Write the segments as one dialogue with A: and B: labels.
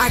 A: A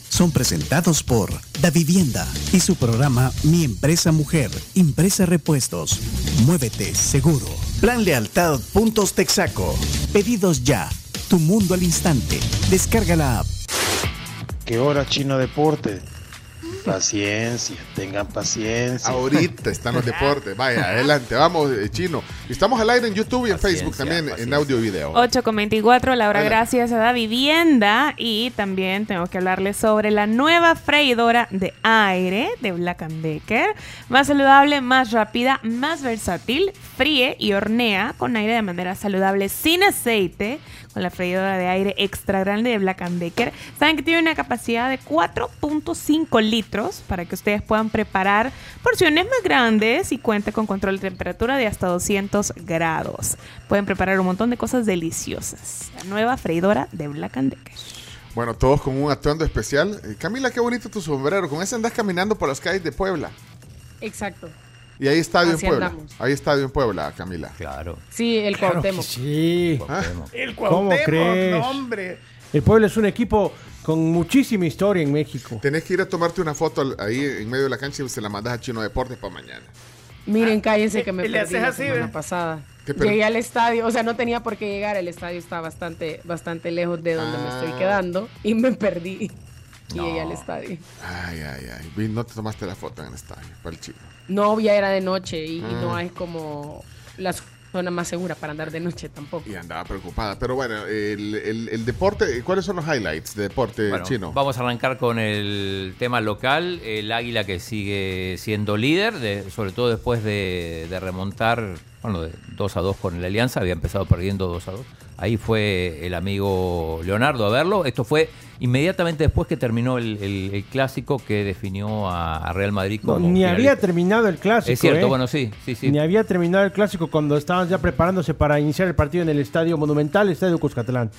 B: son presentados por Da Vivienda y su programa Mi Empresa Mujer, Impresa Repuestos, Muévete Seguro, Plan Lealtad Puntos Texaco, Pedidos Ya, Tu Mundo al Instante, descarga la app.
C: ¿Qué hora Chino Deporte? Paciencia, tengan paciencia.
D: Ahorita están los deportes. Vaya, adelante, vamos, eh, chino. Estamos al aire en YouTube y en
C: Paciencia,
D: Facebook también, en
C: paciencia.
D: audio y video.
E: 8,24, Laura,
D: Adelante.
E: gracias a Da Vivienda. Y también tengo que hablarles sobre la nueva freidora de aire de Black Decker. Más saludable, más rápida, más versátil. Fríe y hornea con aire de manera saludable, sin aceite. Con la freidora de aire extra grande de Black Decker. Saben que tiene una capacidad de 4.5 litros para que ustedes puedan preparar porciones más grandes y cuenta con control de temperatura de hasta 200 grados. Pueden preparar un montón de cosas deliciosas. La nueva freidora de Black and Decker.
D: Bueno, todos con un atuendo especial. Eh, Camila, qué bonito tu sombrero. Con ese andas caminando por las calles de Puebla.
F: Exacto.
D: Y hay estadio
F: Así
D: en Puebla.
F: andamos.
D: Hay estadio en Puebla, Camila.
G: Claro.
F: Sí, el Cuauhtémoc.
H: Sí.
G: Ah.
I: El
H: ¿Cómo
I: Cuauhtémoc,
H: crees?
I: no, hombre.
H: El pueblo es un equipo con muchísima historia en México.
D: Tenés que ir a tomarte una foto al- ahí en medio de la cancha y se la mandas a Chino Deportes para mañana.
F: Miren, cállense
I: y-
F: que me
I: y le
F: perdí
I: haces
F: la
I: así,
F: semana
I: ¿ve?
F: pasada.
D: Te per-
F: Llegué al estadio, o sea, no tenía por qué llegar, el estadio está bastante, bastante lejos de donde me
D: Ah.
F: estoy quedando y me perdí. Y
G: No.
F: llegué al estadio.
D: Ay, ay, ay. Vi, No te tomaste la foto en el estadio, para el chino.
F: No, ya era de noche y, y no
D: Ah.
F: es como la zona más segura para andar de noche tampoco.
D: Y andaba preocupada. Pero bueno, el, el- el deporte, ¿cuáles son los highlights de deporte
G: Bueno,
D: chino?
G: Vamos a arrancar con el tema local, el Águila que sigue siendo líder, de- sobre todo después de, de remontar, bueno, de 2 a 2 con la Alianza, había empezado perdiendo 2 a 2. Ahí fue el amigo Leonardo a verlo. Esto fue inmediatamente después que terminó el, el- el clásico que definió a, a Real Madrid
H: No,
G: como
H: ni había
G: finalista.
H: terminado el clásico.
G: Es cierto,
H: ¿eh?
G: bueno, sí, sí, sí.
H: Ni había terminado el clásico cuando estaban ya preparándose para iniciar el partido en el Estadio Monumental, Estadio Cuscatlán.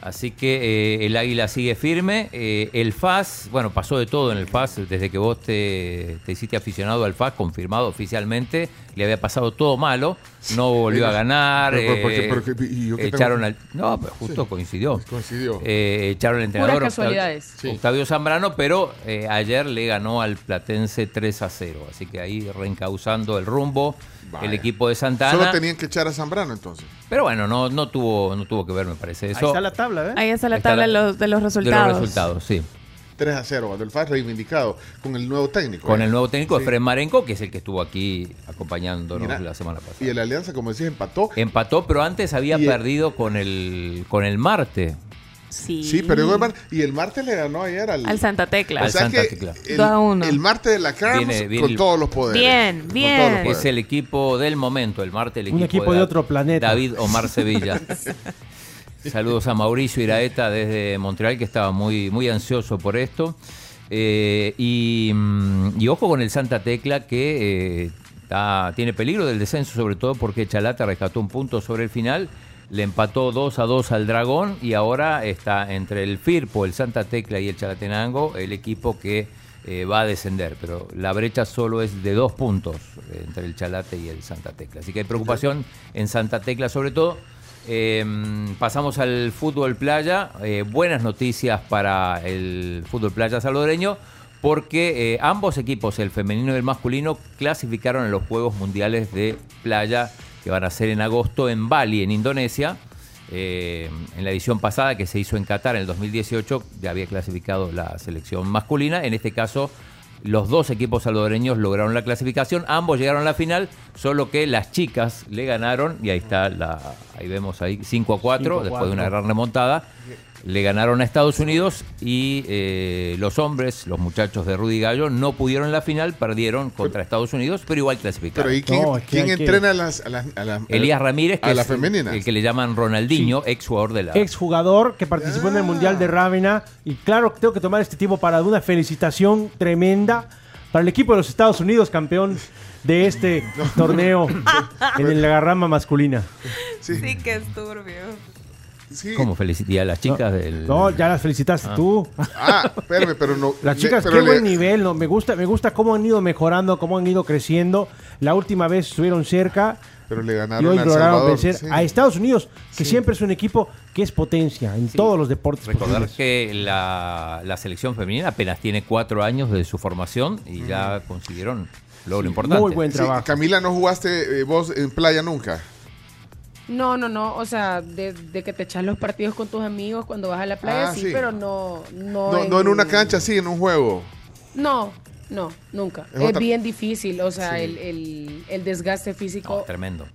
G: Así que eh, el Águila sigue firme. Eh, el FAS, bueno, pasó de todo en el FAS. Desde que vos te, te hiciste aficionado al FAS, confirmado oficialmente, le había pasado todo malo. No volvió a ganar.
D: Pero, pero,
G: eh,
D: ¿por qué? ¿Por qué? ¿Y yo qué tengo?
G: echaron al. No, pero justo coincidió.
D: Coincidió.
G: Eh, echaron al entrenador.
F: Puras casualidades.
D: Sí.
G: Octavio Zambrano, pero eh, ayer le ganó al Platense 3 a 0. Así que ahí reencauzando el rumbo. El
D: Vaya.
G: equipo de Santa
D: Solo
G: Ana.
D: tenían que echar a Zambrano entonces.
G: Pero bueno, no, no, tuvo, no tuvo que ver, me parece. Eso,
H: Ahí está la tabla, ¿eh?
E: Ahí está la
G: Ahí está
E: tabla de
G: la-
E: los, de los
G: de
E: resultados.
G: los resultados, sí.
D: 3 a 0, cuando el FAS reivindicado con el nuevo técnico.
G: Con
D: ¿eh?
G: el nuevo técnico
D: Sí.
G: Fred Marenco, que es el que estuvo aquí acompañándonos
D: Mira,
G: la semana pasada.
D: Y el Alianza, como decís, empató.
G: Empató, pero antes había
D: Y el-
G: perdido con el con el Marte.
E: Sí.
D: Sí, pero llegó el mar- y el martes le ganó ayer al,
E: Al Santa Tecla.
D: O sea
G: Al Santa
D: que
G: Tecla.
D: el,
E: Dos a uno.
D: el martes de la Carms
G: Viene- viene
D: con
G: el-
D: todos los poderes.
E: Bien,
D: Con
E: bien.
D: todos los poderes.
G: Es el equipo del momento, el Marte, el
H: Un
G: equipo,
H: equipo de
G: Da-
H: otro planeta.
G: David Omar Sevilla. Saludos a Mauricio Iraeta desde Montreal, que estaba muy, muy ansioso por esto. Eh, y, mm, y ojo con el Santa Tecla, que eh, está- tiene peligro del descenso, sobre todo porque Chalata rescató un punto sobre el final. Le empató 2 a 2 al Dragón y ahora está entre el Firpo, el Santa Tecla y el Chalatenango el equipo que eh, va a descender. Pero la brecha solo es de dos puntos eh, entre el Chalate y el Santa Tecla. Así que hay preocupación en Santa Tecla sobre todo. Eh, pasamos al fútbol playa. Eh, buenas noticias para el fútbol playa salvadoreño porque eh, ambos equipos, el femenino y el masculino, clasificaron a los Juegos Mundiales de Playa que van a ser en agosto en Bali, en Indonesia. Eh, en la edición pasada que se hizo en Qatar en el 2018 ya había clasificado la selección masculina. En este caso los dos equipos salvadoreños lograron la clasificación, ambos llegaron a la final, solo que las chicas le ganaron, y ahí está la, ahí vemos ahí, 5 a 4, después de una gran remontada, le ganaron a Estados Unidos y eh, los hombres, los muchachos de Rudy Gallo, no pudieron la final, perdieron contra Estados Unidos, pero igual
D: Pero
G: clasificaron.
D: ¿y quién,
H: No, es que
D: quién
H: hay que-
D: entrena a las, a las- a las-
G: Elías Ramírez, que
D: a las
G: es
D: femeninas?
G: el que le llaman Ronaldinho, ex jugador de la...
H: Exjugador que participó
D: Ah.
H: en el Mundial de Rávena. Y claro, que tengo que tomar este tiempo para dar una felicitación tremenda para el equipo de los Estados Unidos, campeón de este torneo en la garrama masculina.
E: Sí, que es turbio.
G: ¿Cómo felicité a las chicas del.?
H: No, ya las felicitaste
G: Ah.
H: tú.
D: Ah, espérame, pero no.
H: Las chicas,
D: pero
H: qué
D: le-
H: buen nivel, ¿no? Me gusta, me gusta cómo han ido mejorando, cómo han ido creciendo. La última vez estuvieron cerca
D: Pero le
H: y
D: ganaron
H: hoy
D: al
H: lograron
D: Salvador.
H: vencer
D: sí.
H: a este Estados Unidos, que siempre es un equipo que es potencia en todos los deportes.
G: Recordar
H: posibles.
G: que la, la selección femenina apenas tiene cuatro años de su formación y ya consiguieron logro importante.
D: Mm. Sí, Camila, ¿no jugaste eh, vos en playa nunca?
F: No, no, no, o sea, de, de que te echas los partidos con tus amigos cuando vas a la playa,
D: Ah,
F: sí,
D: sí.
F: pero no, no.
D: No, no en una cancha, sí, en un juego.
F: No, no, nunca.
D: Es
F: Es,
D: otra-
F: bien difícil, o sea,
D: Sí.
F: el, el- el desgaste físico
G: Tremendo.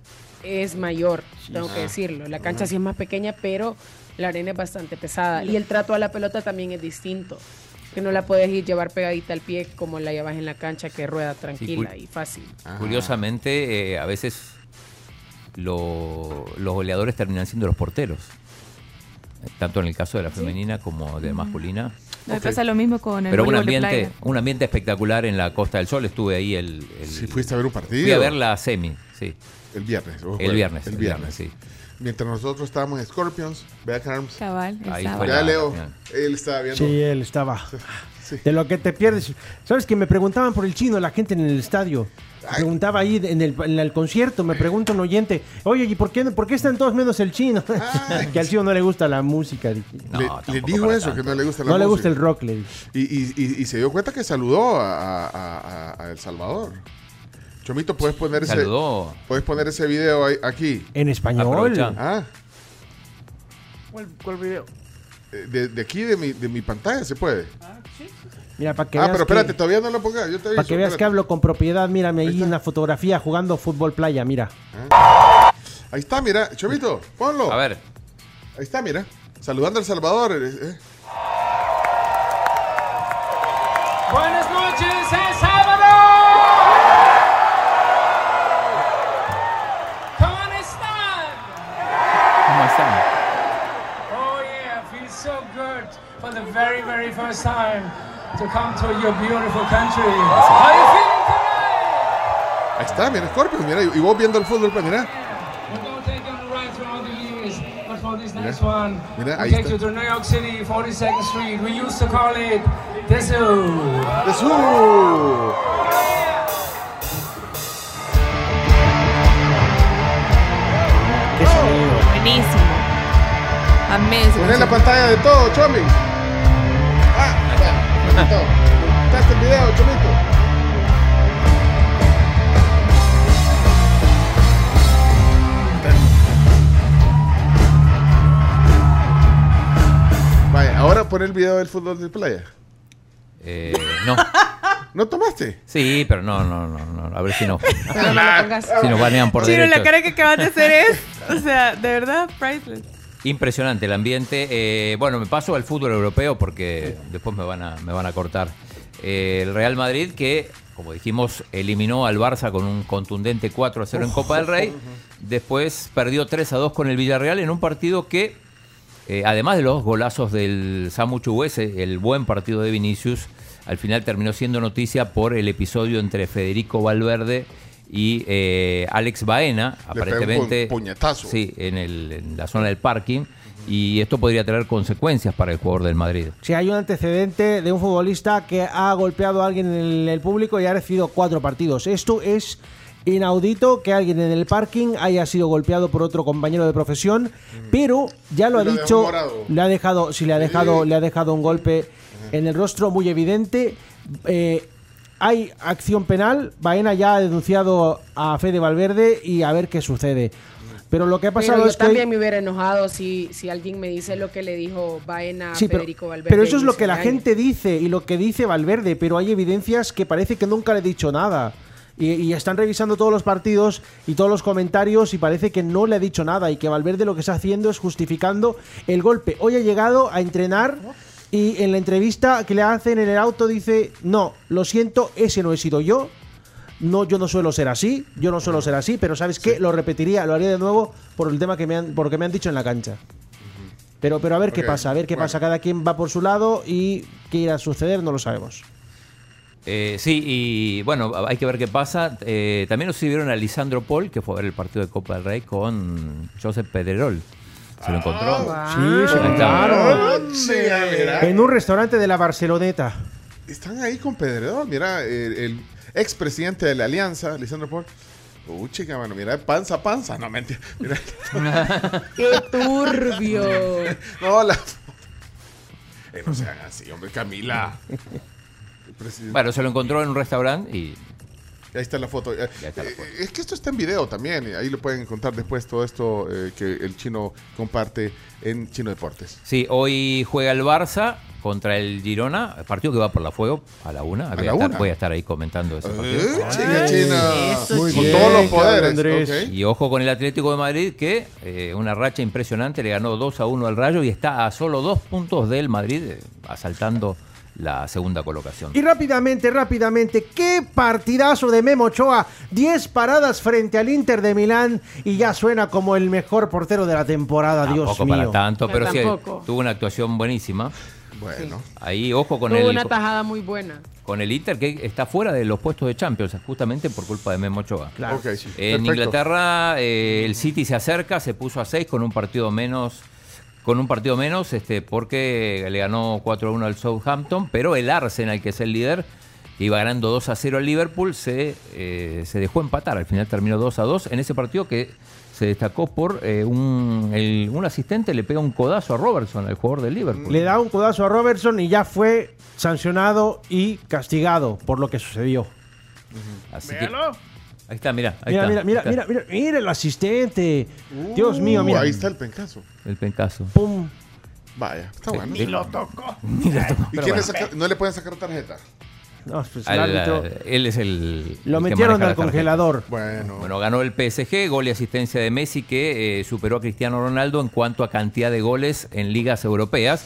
F: es mayor, tengo que
G: Ah.
F: decirlo. La cancha sí es más pequeña, pero la arena es bastante pesada. Y el trato a la pelota también es distinto. Que no la puedes ir llevar pegadita al pie como la llevas en la cancha, que rueda tranquila
G: cul-
F: y fácil.
G: Curiosamente, eh, a veces lo- los goleadores terminan siendo los porteros. Eh, Tanto en el caso de la femenina como
D: Mm.
G: de masculina.
E: Me pasa lo mismo con el
G: Pero un
E: voleibol de
G: ambiente,
E: playa.
G: un ambiente espectacular en la Costa del Sol. Estuve ahí el.
D: Sí, fuiste a ver un partido.
G: Fui a ver la semi, sí.
D: El viernes. o
G: El
D: jueves,
G: viernes.
D: El viernes, sí. Mientras nosotros estábamos en Scorpions, vea Carms.
E: Cabal, el
G: Ahí
E: sábado.
G: fue
D: Ya
G: la-
D: Leo,
G: la-
D: él estaba viendo.
H: Sí, él estaba. De lo que te pierdes. ¿Sabes que me preguntaban por el chino la gente en el estadio? Me preguntaba ahí en el, en el concierto, me pregunta un oyente, oye, ¿y por qué, por qué están todos menos el chino? que al chino no le gusta la música. dije.
D: Le- le, dijo eso, que no le gusta la
H: No le gusta
D: música.
H: el rock, le dije.
D: Y, y- y- y se dio cuenta que saludó a, a- a- a El Salvador. Chomito, puedes poner ese,
G: Saludó.
D: puedes poner ese video ahí- aquí.
H: En español.
G: Aprovecha.
D: Ah,
F: ¿Cuál, video?
D: eh, de, de aquí, de mi, de mi pantalla, se puede.
H: Mira, para que
D: ah,
H: veas
D: pero
H: que-
D: espérate, todavía no lo pongas. Yo te
H: Para que
D: aviso,
H: veas
D: espérate.
H: que hablo con propiedad, mírame ahí una fotografía jugando fútbol playa, mira.
D: Ahí está, mira, Chomito, ponlo.
G: A ver,
D: Ahí está, mira. Saludando a El Salvador. eh, eh.
J: Buenas noches, El Salvador. ¿Cómo están?
G: ¿cómo están?
J: Oh yeah, it feels so good for the very, very first time to come to your beautiful country. How you feeling tonight?
D: Ahí está, mira, Scorpions, mira. Y y vos viendo el fútbol, pues mira.
J: We're gonna take you on a ride throughout the years, but for this next
D: Mira.
J: one,
D: Mira,
J: we
D: ahí
J: take
D: está.
J: you to New York City, 42nd Street. We used to call it the Zoo.
D: ¡De su!
H: Qué
D: ¡Oh!
H: sonido.
E: Buenísimo. Amé ese
D: Poné la
E: concierto.
D: pantalla de todo, Chomi. Ah, está. Chomito. Montaste el este video, Chomito. Vaya, ahora pon el video del fútbol de playa.
G: Eh, no.
D: ¿No tomaste?
G: Sí, pero no, no, no, no. A ver si no.
F: Pero no lo pongas.
G: Si nos banean por
E: Chino, la
G: derechos.
E: cara que acabas de hacer es, o sea, de verdad, priceless.
G: Impresionante el ambiente. Eh, bueno, me paso al fútbol europeo porque después me van a, me van a cortar. Eh, el Real Madrid que, como dijimos, eliminó al Barça con un contundente 4 a 0 en Copa del Rey. Después perdió 3 a 2 con el Villarreal en un partido que, eh, además de los golazos del Samu Chuguese, el buen partido de Vinicius, al final terminó siendo noticia por el episodio entre Federico Valverde y eh, Alex Baena,
D: Le pegó un
G: aparentemente
D: puñetazo.
G: sí en, el- en la zona del parking y esto podría tener consecuencias para el jugador del Madrid
H: Si hay un antecedente de un futbolista que ha golpeado a alguien en el, el público y ha recibido cuatro partidos. Esto es inaudito que alguien en el parking haya sido golpeado por otro compañero de profesión, pero ya lo ha
D: Mm. Y lo dejó
H: dicho,
D: morado.
H: le ha dejado, si le ha dejado, le ha dejado un golpe en el rostro muy evidente. Eh, hay acción penal. Baena ya ha denunciado a Fede Valverde y a ver qué sucede. Pero lo que ha pasado
F: Pero yo
H: es que
F: también me hubiera enojado si, si alguien me dice lo que le dijo Baena a
H: Sí, pero,
F: Federico Valverde.
H: pero eso es lo
F: inicio
H: que
F: de
H: la
F: año.
H: gente dice y lo que dice Valverde, pero hay evidencias que parece que nunca le he dicho nada. Y, y están revisando todos los partidos y todos los comentarios y parece que no le ha dicho nada y que Valverde lo que está haciendo es justificando el golpe. Hoy ha llegado a entrenar y en la entrevista que le hacen en el auto dice, no, lo siento, ese no he sido yo. No, yo no suelo ser así, yo no suelo ser así, pero ¿sabes qué? Lo repetiría, lo haría de nuevo por el tema que me han, por lo que me han dicho en la cancha. Pero, pero a ver qué
D: Ok,
H: pasa, a ver qué
D: bueno.
H: pasa. Cada quien va por su lado y qué irá a suceder no lo sabemos.
G: Eh, sí, y bueno, hay que ver qué pasa. Eh, también nos sirvieron a Lisandro Paul, que fue a ver el partido de Copa del Rey con Joseph Pedrerol. Se lo encontró.
H: Ah. Sí, se
G: Ahí está.
H: encontraron.
D: Sí, mira.
H: En un restaurante de la Barceloneta.
D: Están ahí con Pedredón, mira, el, el expresidente de la Alianza, Lisandro Paul. Uh, chica, mano, mira, panza, panza. No, mentira. Mira.
F: ¡Qué turbio!
D: No, la... Eh, no sean así, hombre, Camila. El presidente.
G: Bueno, se lo encontró en un restaurante y
D: Ahí está la foto. Eh,
G: está la
D: eh, Es que esto está en video también. eh, Ahí lo pueden contar después todo esto eh, que el chino comparte en Chino Deportes.
G: Sí, hoy juega el Barça contra el Girona, partido que va por la fuego a la una. Voy,
D: la
G: a, estar,
D: una.
G: voy a estar ahí comentando ese partido.
D: Eh, chica, chino.
H: eso, Muy
D: Con
H: bien,
D: todos los
H: Carlos
D: poderes.
H: Andrés.
D: ok.
G: Y ojo con el Atlético de Madrid que eh, una racha impresionante le ganó 2 a 1 al Rayo y está a solo dos puntos del Madrid eh, asaltando la segunda colocación.
H: Y rápidamente, rápidamente, qué partidazo de Memo Ochoa. 10 paradas frente al Inter de Milán y ya suena como el mejor portero de la temporada, Dios
G: Tampoco
H: mío.
G: para tanto,
F: No,
G: pero sí
F: tampoco.
G: tuvo una actuación buenísima.
D: Bueno.
G: Ahí ojo con
F: Tuvo
G: el
F: una tajada muy buena.
G: con el Inter que está fuera de los puestos de Champions justamente por culpa de Memo Ochoa.
D: Ok,
G: Eh, En
D: perfecto.
G: Inglaterra eh, el City se acerca, se puso a 6 con un partido menos, con un partido menos, este, porque le ganó 4-1 al Southampton, pero el Arsenal, que es el líder, que iba ganando 2 0 al Liverpool, se, eh, se dejó empatar. Al final terminó 2 2 en ese partido que se destacó por eh, un, el- un asistente le pega un codazo a Robertson, al jugador del Liverpool.
H: Le da un codazo a Robertson y ya fue sancionado y castigado por lo que sucedió.
G: Así que- ahí está, mira, ahí
H: mira, mira,
G: está,
H: mira,
G: ahí
H: mira,
G: está
H: mira, mira el asistente.
D: Uh,
H: Dios mío, mira.
D: Ahí está el pencaso.
G: el pencazo.
H: Pum.
D: Vaya, está bueno.
G: Y lo
D: tocó. ¿Y
G: Pero
D: quién le
G: bueno.
D: saca- no le pueden sacar tarjeta?
H: No, pues el
G: Al-
H: árbitro
G: él es el.
H: lo
G: el que
H: metieron
G: maneja
H: al
G: la tarjeta.
H: congelador.
D: Bueno.
G: Bueno, ganó el PSG, gol y asistencia de Messi que eh, superó a Cristiano Ronaldo en cuanto a cantidad de goles en ligas europeas.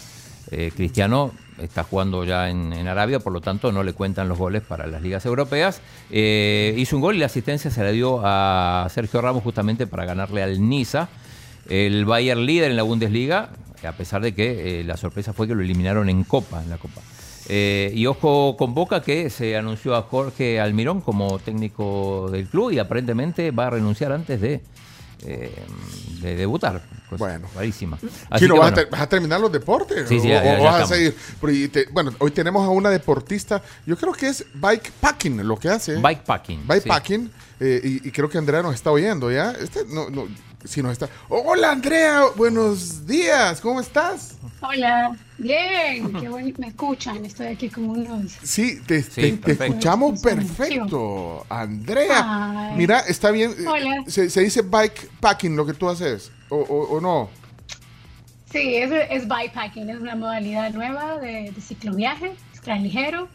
G: Eh, Cristiano está jugando ya en, en Arabia, por lo tanto no le cuentan los goles para las ligas europeas. Eh, hizo un gol y la asistencia se la dio a Sergio Ramos justamente para ganarle al Niza. El Bayern líder en la Bundesliga, a pesar de que eh, la sorpresa fue que lo eliminaron en Copa, en la Copa. Eh, y ojo con Boca que se anunció a Jorge Almirón como técnico del club y aparentemente va a renunciar antes de, eh, de debutar. Cosa
D: Bueno.
G: Rarísima. Así
D: Chino,
G: que
D: vas, a
G: bueno,
D: ter- vas a terminar los deportes?
G: Sí, sí,
D: ¿O-
G: ya-
D: o
G: ya- ya
D: vas a
G: estamos.
D: seguir? Pero y te- bueno, hoy tenemos a una deportista, yo creo que es bikepacking lo que hace. ¿eh?
G: bikepacking. sí.
D: Bikepacking, eh, y, y creo que Andrea nos está oyendo, ¿ya? Este, no, no, si nos está... Hola, Andrea, buenos días, ¿cómo estás?
K: Hola, bien, qué bueno, me escuchan, estoy aquí con unos...
D: Sí, te, te- te
G: perfecto.
D: escuchamos perfecto, Andrea.
K: Ay.
D: Mira, está bien, eh,
K: Hola.
D: se, se dice bikepacking lo que tú haces, o, o- o no.
K: Sí, es, es bikepacking, es una modalidad nueva de, de cicloviaje, es ligero,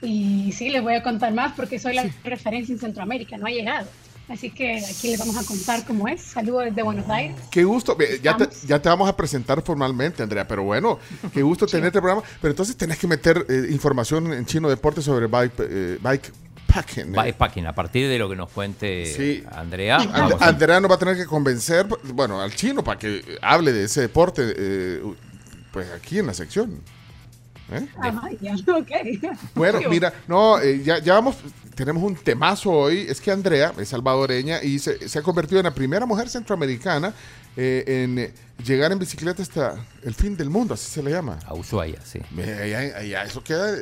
K: y sí, les voy a contar más porque soy la referencia en Centroamérica, no ha llegado. Así que aquí les vamos a contar cómo es. Saludos desde Buenos Aires.
D: Qué gusto. Ve, Ya te,
K: Vamos.
D: ya te vamos a presentar formalmente, Andrea, pero bueno, qué gusto tenerte el programa. Pero entonces tenés que meter eh, información en Chino Deportes sobre bike, eh, bike packing. eh.
G: Bikepacking, a partir de lo que nos cuente
D: Sí.
G: Andrea.
D: And-
G: vamos a-
D: Andrea nos va a tener que convencer, bueno, al chino para que hable de ese deporte, eh, pues aquí en la sección. ¿Eh?
K: Ajá, ya, ok.
D: Bueno,
K: Digo,
D: mira, no, eh, ya, ya vamos, tenemos un temazo hoy. Es que Andrea es salvadoreña y se, se ha convertido en la primera mujer centroamericana eh, en eh, llegar en bicicleta hasta el fin del mundo, así se le llama.
G: a Ushuaia, sí.
D: Me- Allá, allá, eso queda.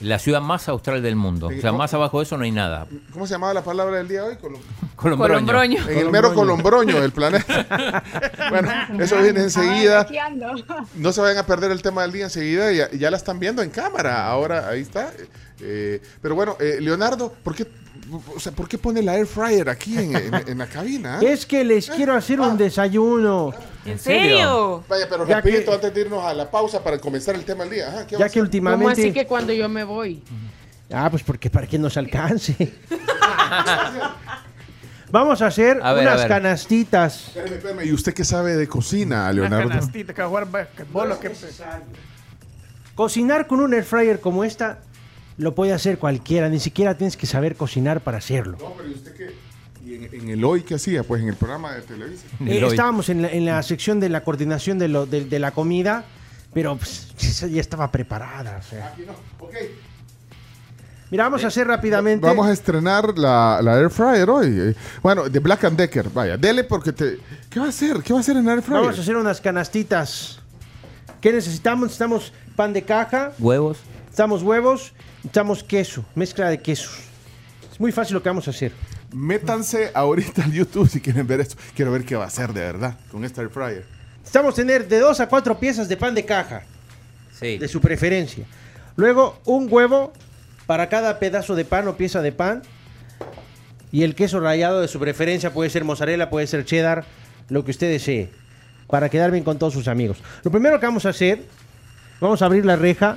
G: La ciudad más austral del mundo. O sea,
D: ¿Cómo?
G: más abajo de eso no hay nada.
D: ¿Cómo se llamaba la palabra del día de hoy? Colom-
G: Colombroño.
D: en el mero colombroño del planeta. bueno, eso viene enseguida.
K: aquí ando.
D: No se vayan a perder el tema del día enseguida, ya, ya la están viendo en cámara, ahora ahí está. Eh, pero bueno, eh, Leonardo, ¿por qué, o sea, ¿por qué pone la air fryer aquí en, en- en la cabina?
H: Es que les quiero hacer un desayuno.
E: ¿En serio?
D: Vaya, pero
H: Ya
D: rapidito,
H: que-
D: antes de irnos a la pausa para comenzar el tema del día. Ajá, ¿qué
H: Ya
D: vas
H: que
D: a hacer?
F: ¿Cómo así
H: últimamente.
F: que cuando yo me voy?
H: Ah, pues porque para que nos alcance. Vamos a hacer
G: A ver, a
H: unas
G: ver.
H: canastitas.
D: Espérame, espérame, ¿Y usted qué sabe de cocina, Leonardo?
I: canastita que va a jugar basquetbol, lo que-
H: Cocinar con un air fryer como esta lo puede hacer cualquiera, ni siquiera tienes que saber cocinar para hacerlo.
D: No, pero ¿y usted qué? ¿Y en, en el hoy qué hacía? Pues en el programa de televisión.
H: Eh,
G: Eloy.
H: estábamos en la, en la sección de la coordinación de, lo- de- de la comida, pero pues, esa ya estaba preparada. o sea.
D: Aquí no. Ok.
H: Mira, vamos a hacer rápidamente.
D: Vamos a estrenar la, la Air Fryer hoy. Eh, Bueno, de Black and Decker, vaya. Dele porque te. ¿Qué va a hacer? ¿Qué va a hacer en Air Fryer?
H: Vamos a hacer unas canastitas. ¿Qué necesitamos? Necesitamos pan de caja,
G: Huevos.
H: necesitamos huevos, necesitamos queso, mezcla de quesos. Es muy fácil lo que vamos a hacer.
D: Métanse ahorita al YouTube si quieren ver esto. Quiero ver qué va a hacer de verdad con esta Air Fryer.
H: Necesitamos tener de dos a cuatro piezas de pan de caja,
G: Sí.
H: de su preferencia. Luego, un huevo para cada pedazo de pan o pieza de pan. Y el queso rallado de su preferencia puede ser mozzarella, puede ser cheddar, lo que usted desee. Para quedar bien con todos sus amigos. Lo primero que vamos a hacer, vamos a abrir la reja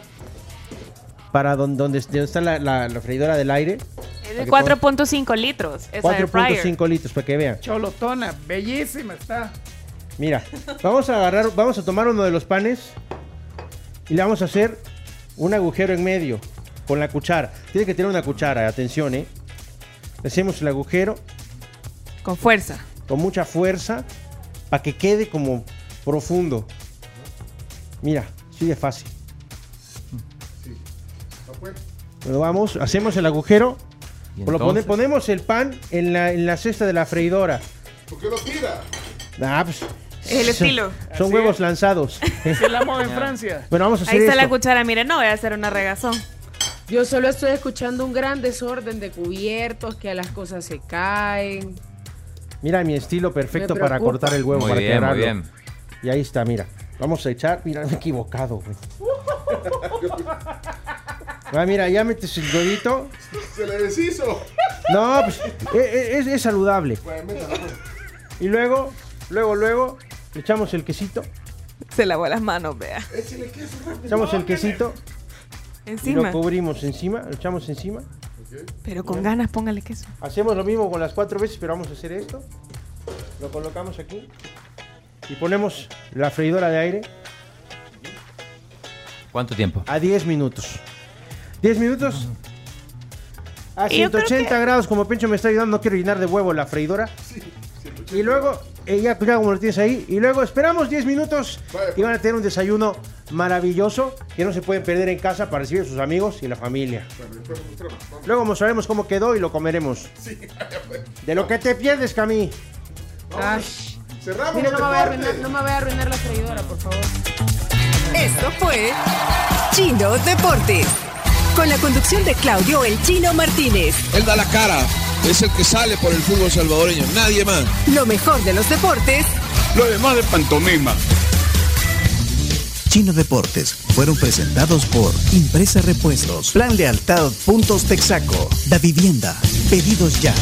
H: para don- donde, donde está la, la- la freidora del aire.
E: Es
H: Para
E: de
H: que
E: 4.5 litros.
H: ponga-
E: Esa air fryer.
H: 4.5 litros, para que vean.
I: Cholotona, bellísima está.
H: Mira, vamos a agarrar, vamos a tomar uno de los panes y le vamos a hacer un agujero en medio con la cuchara. Tiene que tener una cuchara, atención, ¿eh? Le hacemos el agujero
E: Con fuerza.
H: con mucha fuerza para que quede como profundo. Mira, así de fácil.
D: pues,
H: Bueno, vamos, hacemos el agujero.
G: ¿Y
H: Lo pone-
G: entonces?
H: ponemos el pan en la, en la cesta de la freidora.
D: ¿Por qué lo tira?
H: Ah, pues,
E: Es el
H: son-
E: estilo.
H: Son, huevos lanzados.
I: Se la moda en Francia.
H: bueno, vamos a hacer
E: Ahí está
H: esto.
E: la cuchara. Miren, no voy a hacer una regazón.
F: Yo solo estoy escuchando un gran desorden de cubiertos, que las cosas se caen.
H: Mira mi estilo perfecto
F: Me
H: para
F: preocupa.
H: cortar el huevo,
G: Muy
H: para
G: bien, muy
H: quebrarlo.
G: bien.
H: Y ahí está, mira. Vamos a echar, mira, me he equivocado, güey. Ah, mira, ya metes el huevito.
D: Se le deshizo.
H: No, pues e- e- es, es saludable. Y luego, luego, luego, le echamos el quesito.
E: Se lavó las manos, vea.
H: Echamos el quesito y lo
E: Encima.
H: cubrimos encima, lo echamos encima.
E: Pero con ganas, póngale queso.
H: Hacemos lo mismo con las cuatro veces, pero vamos a hacer esto. Lo colocamos aquí y ponemos la freidora de aire.
G: ¿Cuánto tiempo?
H: a 10 minutos. 10 minutos a
E: Y yo creo
H: 180
E: que-
H: grados, como Pencho me está ayudando, no quiero llenar de huevo la freidora. Y luego, eh, ya, ya como lo tienes ahí, y luego esperamos 10 minutos y van a tener un desayuno maravilloso que no se pueden perder en casa para recibir a sus amigos y la familia. Luego mostraremos cómo quedó y lo comeremos. De lo que te pierdes, Cami.
F: Ash.
D: Cerramos.
F: Mira,
D: este
F: no me, voy a
D: corte.
F: arruinar, no me voy a arruinar la freidora, por favor.
A: Esto fue Chino Deportes. Con la conducción de Claudio El Chino Martínez.
L: Él da la cara, es el que sale por el fútbol salvadoreño, nadie más.
A: Lo mejor de los deportes
L: Lo demás de pantomima.
B: Chino Deportes fueron presentados por Impresa Repuestos, Plan Lealtad, Puntos Texaco, Da Vivienda, Pedidos Ya